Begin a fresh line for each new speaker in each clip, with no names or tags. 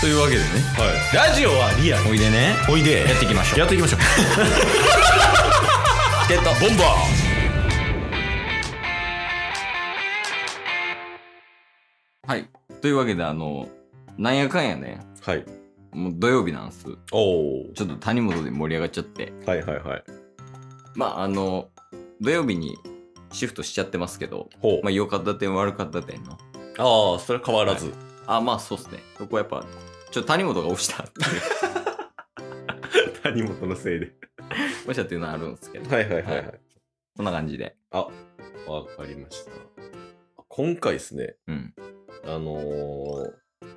というわけでね
ラジオはリアル
おいでね
おいで
やっていきましょう
やっていきましょう
チケットボンバーはいというわけであのなんやかんやね
はい
もう土曜日なんす
おお
ちょっと谷本で盛り上がっちゃって
はいはいはい
まああの土曜日にシフトしちゃってますけど
ほう、
まあ良かった点悪かった点の
ああそれは変わらず、
あまあそうっすねそこはやっぱちょっと谷本が押した っていう
谷本のせいで
押したっていうのはあるんですけど
はいはい
はいはいこんな感じで
あわかりました今回ですね
うん
あのー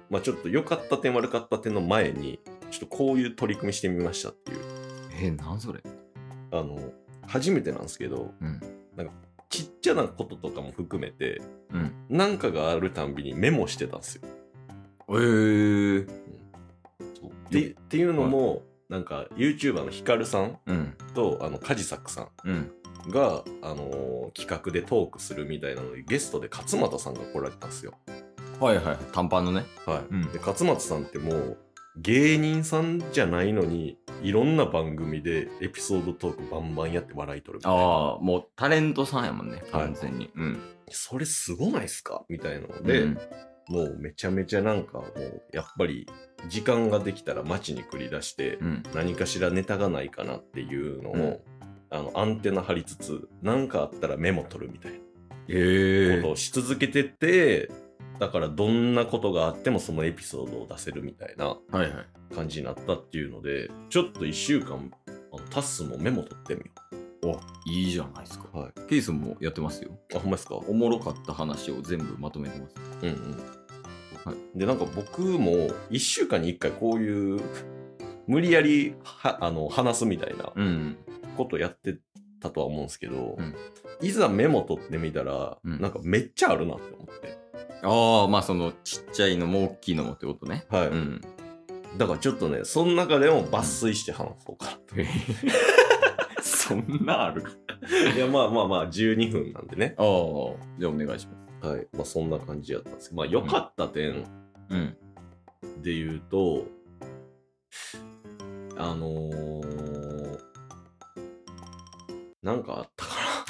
まあちょっと良かった点悪かった点の前にちょっとこういう取り組みしてみましたっていう
えー、なんそれ
あの初めてなんですけど
うん
ちっちゃなこととかも含めて
うん
なんかがあるたんびにメモしてたんですよ
えー、
でっていうのも、なんか YouTuber のヒカルさん
うん
とあのカジサックさ
うん
んが、あのー企画でトークするみたいなのでゲストで勝俣さんが来られたんですよ。
はいはい短パンのね
はい
うん
で勝俣さんってもう芸人さんじゃないのにいろんな番組でエピソードトークバンバンやって笑いとるみたいな
ああもうタレントさんやもんね完全に、うん
それすごないっすかみたいなので、
うん
もうめちゃめちゃなんかもうやっぱり時間ができたら街に繰り出して、
うん
何かしらネタがないかなっていうのを、
うん
あのアンテナ張りつつ何かあったらメモ取るみたい
え
なこと
ー、
をし続けてて、だからどんなことがあってもそのエピソードを出せるみたいな
はいはい
感じになったっていうのでちょっと1週間あのタッスもメモ取ってみよ
おいいじゃないですか
う。はい、
ケイスもやってますよ
あほんまですか
おもろかった話を全部まとめてます
うんうん
は
でなんか僕も1週間に1回こういう無理やりはあの話すみたいな
うん
ことやってたとは思うんですけど、
うん
いざメモ取ってみたら、
うん
なんかめっちゃあるなって思って、
ああまあそのちっちゃいのも大きいのもってことね
はい
うん
だからちょっとねその中でも抜粋して話そうか
へへへ そんなある
ないやまあまあまあ12分なんでね、
ああじゃあお願いしま
はいまあ、そんな感じやったんですけどまあ良かった点
すうん
で言うと、あのー、なんかあったか な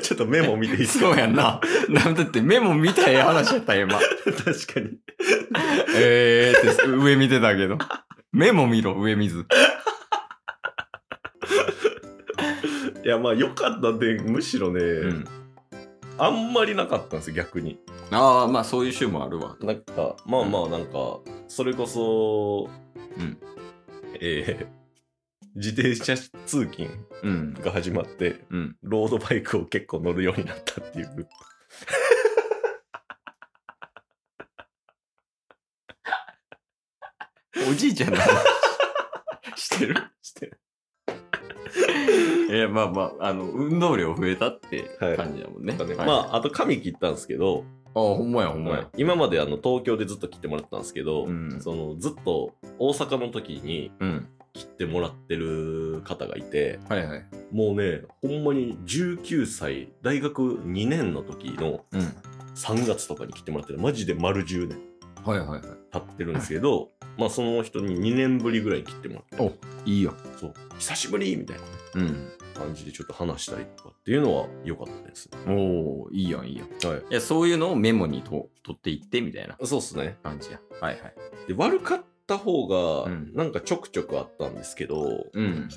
ちょっとメモ見ていいですか
そうやんななんだってメモみたいな話やった 今
確かに
ええって上見てたけどメモ見ろ上見ず
いやまあ良かったでむしろね、
うん
あんまりなかったんですよ逆に
ああまあそういう週もあるわ
なんかまあまあなんかそれこそ、
うん
えー自転車通勤
うん
が始まって
うん
ロードバイクを結構乗るようになったっていう
おじいちゃんの してるしてるいやまあまああの運動量増えたって感じだもんね、
なんかね
はい
まああと髪切ったんですけど、
あほんまやほんまや、
はい今まであの東京でずっと切ってもらってたんですけど、
うん
そのずっと大阪の時に
うん
切ってもらってる方がいて
はいはい
もうねほんまに19歳大学2年の時の
うん
3月とかに切ってもらってるマジで丸10年
はいはいはい
経ってるんですけど、まあその人に2年ぶりぐらいに切ってもらっ
おいいよ
てそう久しぶりみたいな
うん
感じでちょっと話したりとかっていうのは良かったですね。
おおいいやんいいやん
はい
いやそういうのをメモにと取っていってみたいな
そうっすね。
感じやはいはい
で悪かった方が
うん
なんかちょくちょくあったんですけど、
うん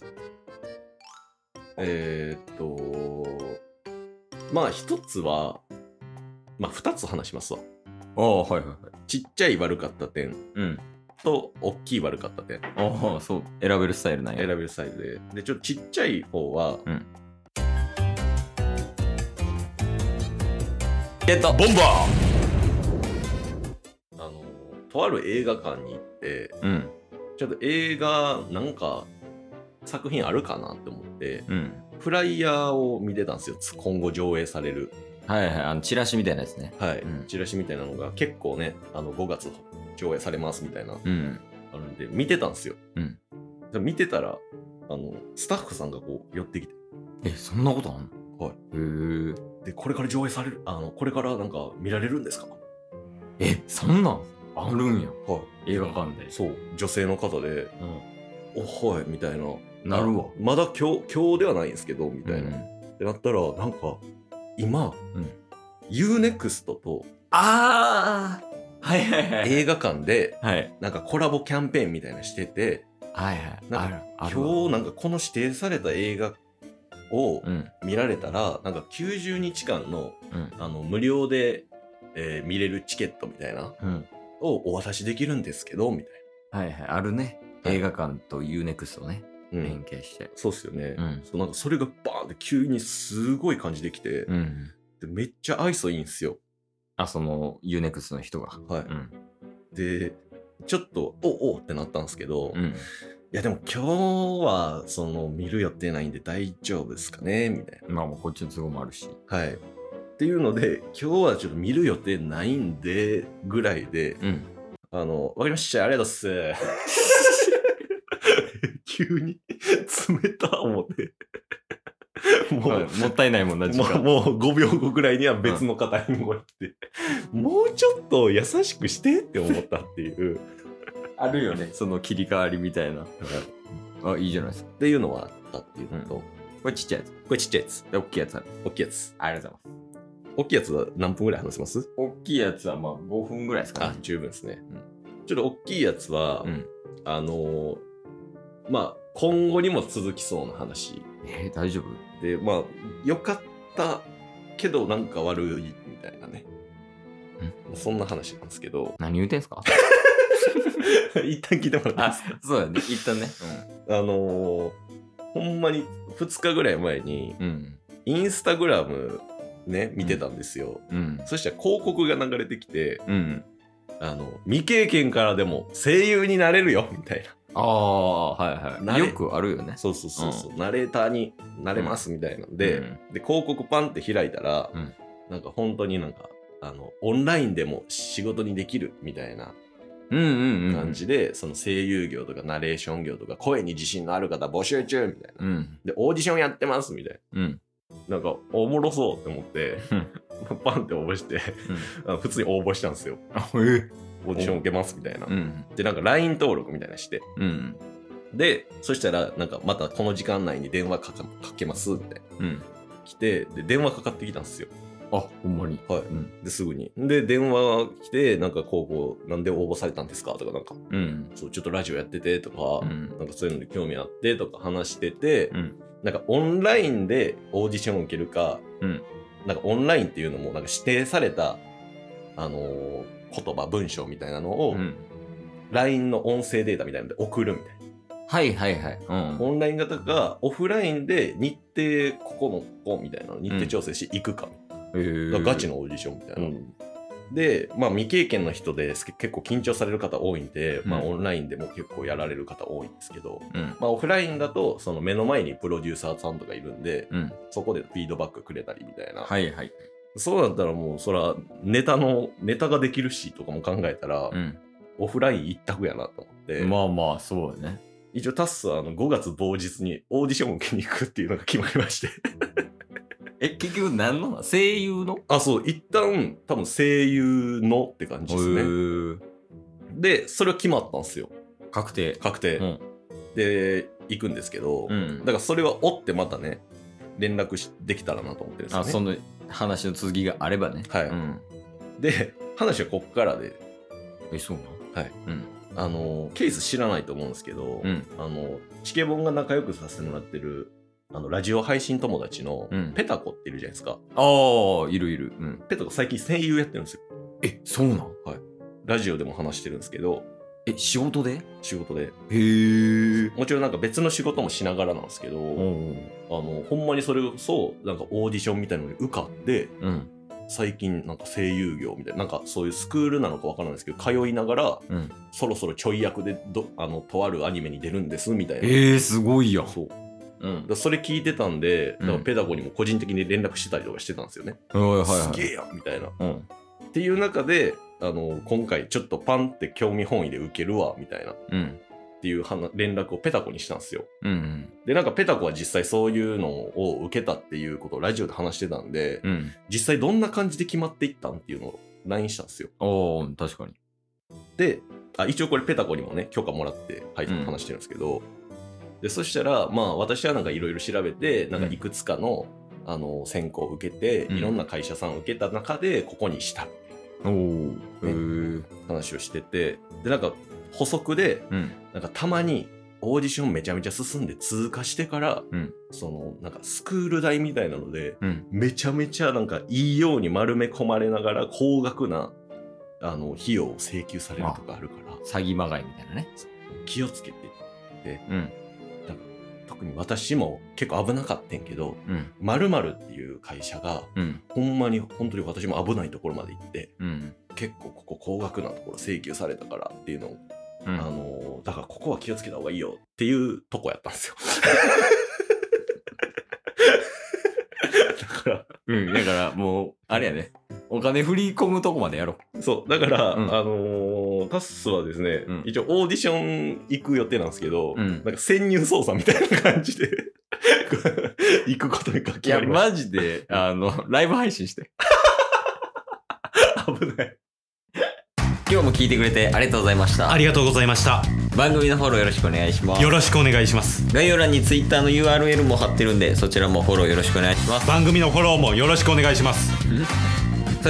えーっとまあ一つはまあ二つ話しますわ
ああはいはいはい
ちっちゃい悪かった点
うん
と大きい悪かった点
ああそう選べるスタイルなんや
選べるサイズででちょっとちっちゃい方は
ゲットボンバ
あのとある映画館に行って
ーうん
ちょっと映画なんか作品あるかなって思って
うん
フライヤーを見てたんですよつ今後上映される
はいはいあのチラシみたいなやつね
はい、
うん
チラシみたいなのが結構ねあの5月上映されますみたいな
うん
あるんで見てたんですよ、
うん
で見てたらあのスタッフさんがこう寄ってきて
えそんなことあんの
はい
へえ
でこれから上映されるあのこれからなんか見られるんですか
え、そんなんあるんや。
は
映画館で
い。。そう、女性の方で、
う
おはい、みたいな。
ん。なるわ。
まだ今日、今日ではないんですけど、み
う
たいな。っ
ん。
てなったら、なんか、今、
うん
UNEXT と
あーはいはいはい。
映画館で、
はい。
なんかコラボキャンペーンみたいなしてて、
はいはい。
なんか今日なんかこの指定された映画を
うん。
見られたら、なんか90日間の
うん。
あの無料で、えー見れるチケットみたいな
うん。
をお渡しできるんですけどみたい
はいはい。あるね。
はい
映画館と UNEXT をね、
な、
連携して。
そうっすよね、
うん
そうなんかそれがバーンって急にすごい感じできて、
うん。
でめっちゃ愛想いいんすよ、
あ、その UNEXT の人が。
はい
うん。
でちょっとおおってなったんですけど、
う
い
ん。
やでも今日はその見る予定ないんで大丈夫ですかねみたいな
まあ、こっちの都合もあるし。
はい。っていうので、今日はちょっと見る予定ないんで、ぐらいで、
うん。
あの、わかりました、ありがとうっす。 急に冷た思って。も、
はいうもったいないもんな、時
もう
間。
もう5秒後ぐらいには別の方にもらって、もうちょっと優しくしてって思ったっていう。
あるよね。その切り替わりみたいな。あ、いいじゃないですか。
っていうのはあったっていうのと、
うこれちっちゃいやつ。
これちっちゃいやつ。
で、大きいやつある。
大きいやつ。
ありがとうございます。
大きいやつは何分ぐらい話せます
大きいやつはまあ5分ぐらいですか
あ
ね。、
十分ですね。ちょっと大きいやつは、
うん。
あのーまあ今後にも続きそうな話
えー、大丈夫
でまあ良かったけどなんか悪いみたいなねそんな話なんですけど
何言うてんすか
一旦聞いてもらっていい で
あ
す、
そうだね。一旦ね。
かあのーほんまに2日ぐらい前に
うん。
インスタグラムね見てたんですよ、
うん。
そしたら広告が流れてきて
うん。
あの未経験からでも声優になれるよみた い
ああ、はい
慣
はい。
れ
よくあるよね
な。そうそうそうそう、ナレーターになれますみたいなんで、
うん
で広告パンって開いたら、
うん
なんか本当になんかあのオンラインでも仕事にできるみたいな
うんうんうん。
感じで、その声優業とかナレーション業とか声に自信のある方募集中みたいな
うん。
でオーディションやってますみたい
うん。
ななんかおもろそうって思ってパンって応募して あの普通に応募したんですよ
あ、えー
オーディション受けますみたいな、
うん。
でなんか LINE 登録みたいなして
うん。
でそしたらなんかまたこの時間内に電話かかかけますみたいな
うん。
来てで電話かかってきたんですよ
あ、ほんまに。
はい
うん。
ですぐに。で、電話来て、なんかこう、こう、なんで応募されたんですかとか、なんか、
うん。
そう、ちょっとラジオやっててと
う
か、
ん。
なんかそういうので興味あってとか話してて、
うん
なんかオンラインでオーディションを受けるか、
うん
なんかオンラインっていうのも、なんか指定された、あのー言葉、文章みたいなのを、
うん。
LINE の音声データみたいなので送るみたいな。
はいはいはい。うん。
オンライン型か、オフラインで日程、ここのここみたいなの、日程調整していくか。
えー
ガチ。のオーディションみたいな。
うん。
で、まあ、未経験の人ですけ結構緊張される方多いんで、まあ、
うん
オンラインでも結構やられる方多いんですけど、
うん。
まあ、オフラインだとその目の前にプロデューサーさんとかいるんで
うん。
そこでフィードバックくれたりみたいな、
はいはい。
そうだったらもうそらネタのネタができるしとかも考えたら、
うん。
オフライン一択やなと思って、
まあまあ、そうだね。
一応タッスはあの5月某日にオーディションを受けに行くっていうのが決まりまして
え、結局何の声優の
あそう一旦多分声優のって感じです
へ
ね
ー
でそれは決まったんですよ
確定。
確定、
うん
で行くんですけど、
うん
だからそれは追ってまたね連絡しできたらなと思ってるんですよ、
あ
ね、
その話の続きがあればね。
はい
うん、
で話はこっからで
え、そうなの
はい。
うん。
あのケース知らないと思うんですけど、
うん。
あのチケボンが仲良くさせてもらってるあのラジオ配信友達の
うん
ペタコっているじゃないですか、
ああ、いるいる。うん。
ペタコ最近声優やってるんですよ
え、そうなん
ラジオでも話してるんですけど
え、仕事で
仕事で
へえ。
もちろんなんか別の仕事もしながらなんですけど、
お
あ
うん。
のほんまにそれこそなんかオーディションみたいのに受かって、
うん。
最近なんか声優業みたいななんかそういうスクールなのかわからないですけど通いながら
うん。
そろそろちょい役でどあのとあるアニメに出るんですみたいな、
えー、すごいやん。
そうだか
うん。
らそれ聞いてたんで
うん
だからペダゴにも個人的に連絡してたりとかしてたんですよね、
はい
す
はいは
げ
い。
えやんみたいなっ
うん。
ていう中であの今回ちょっとパンって興味本位で受けるわみたいなっ
うん。
ていう話連絡をペタコにしたんですよ
うん。
でなんかペタコは実際そういうのを受けたっていうことをラジオで話してたんで、
うん。
実際どんな感じで決まっていったんっていうのを LINE したんですよ。
おー、確かに。
であ一応これペタコにもね許可もらって、はい
うん
話してるんですけどでそしたらまあ私はなんかいろいろ調べてなんかいくつかの,、あの選考を受けて
うん
いろんな会社さんを受けた中でここにした
おー。えー。
話をしててでなんか補足で
うん。
なんかたまにオーディションめちゃめちゃ進んで通過してから、
うん
そのなんかスクール代みたいなので
うん。
めちゃめちゃなんかいいように丸め込まれながら高額なあの費用を請求されるとかあるから
詐欺まがいみたいなね。
気をつけてって
うん。
特に私も結構危なかったんけど
うん。
まるっていう会社が
うん。
ほんまに本当に私も危ないところまで行って
うん。
結構ここ高額なところ請求されたからっていうのを、
う
あ
ん。
のーだからここは気をつけた方がいいよっていうとこやったんですよだから
うん。だからもう、あれやね。お金振り込むとこまでやろ
そう、だから、
うん
あのータッスはですね、
うん
一応オーディション行く予定なんですけど、
うん
なんか潜入捜査みたいな感じで 行くことに書
う。い
き
や、
ありま
マジで、あの、ライブ配信して。
した。危ない。
今日も聞いてくれてありがとうございました
ありがとうございました。
番組のフォローよろしくお願いします
よろしくお願いします。
概要欄に Twitter の URL も貼ってるんでそちらもフォローよろしくお願いします
番組のフォローもよろしくお願いします。
そ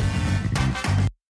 す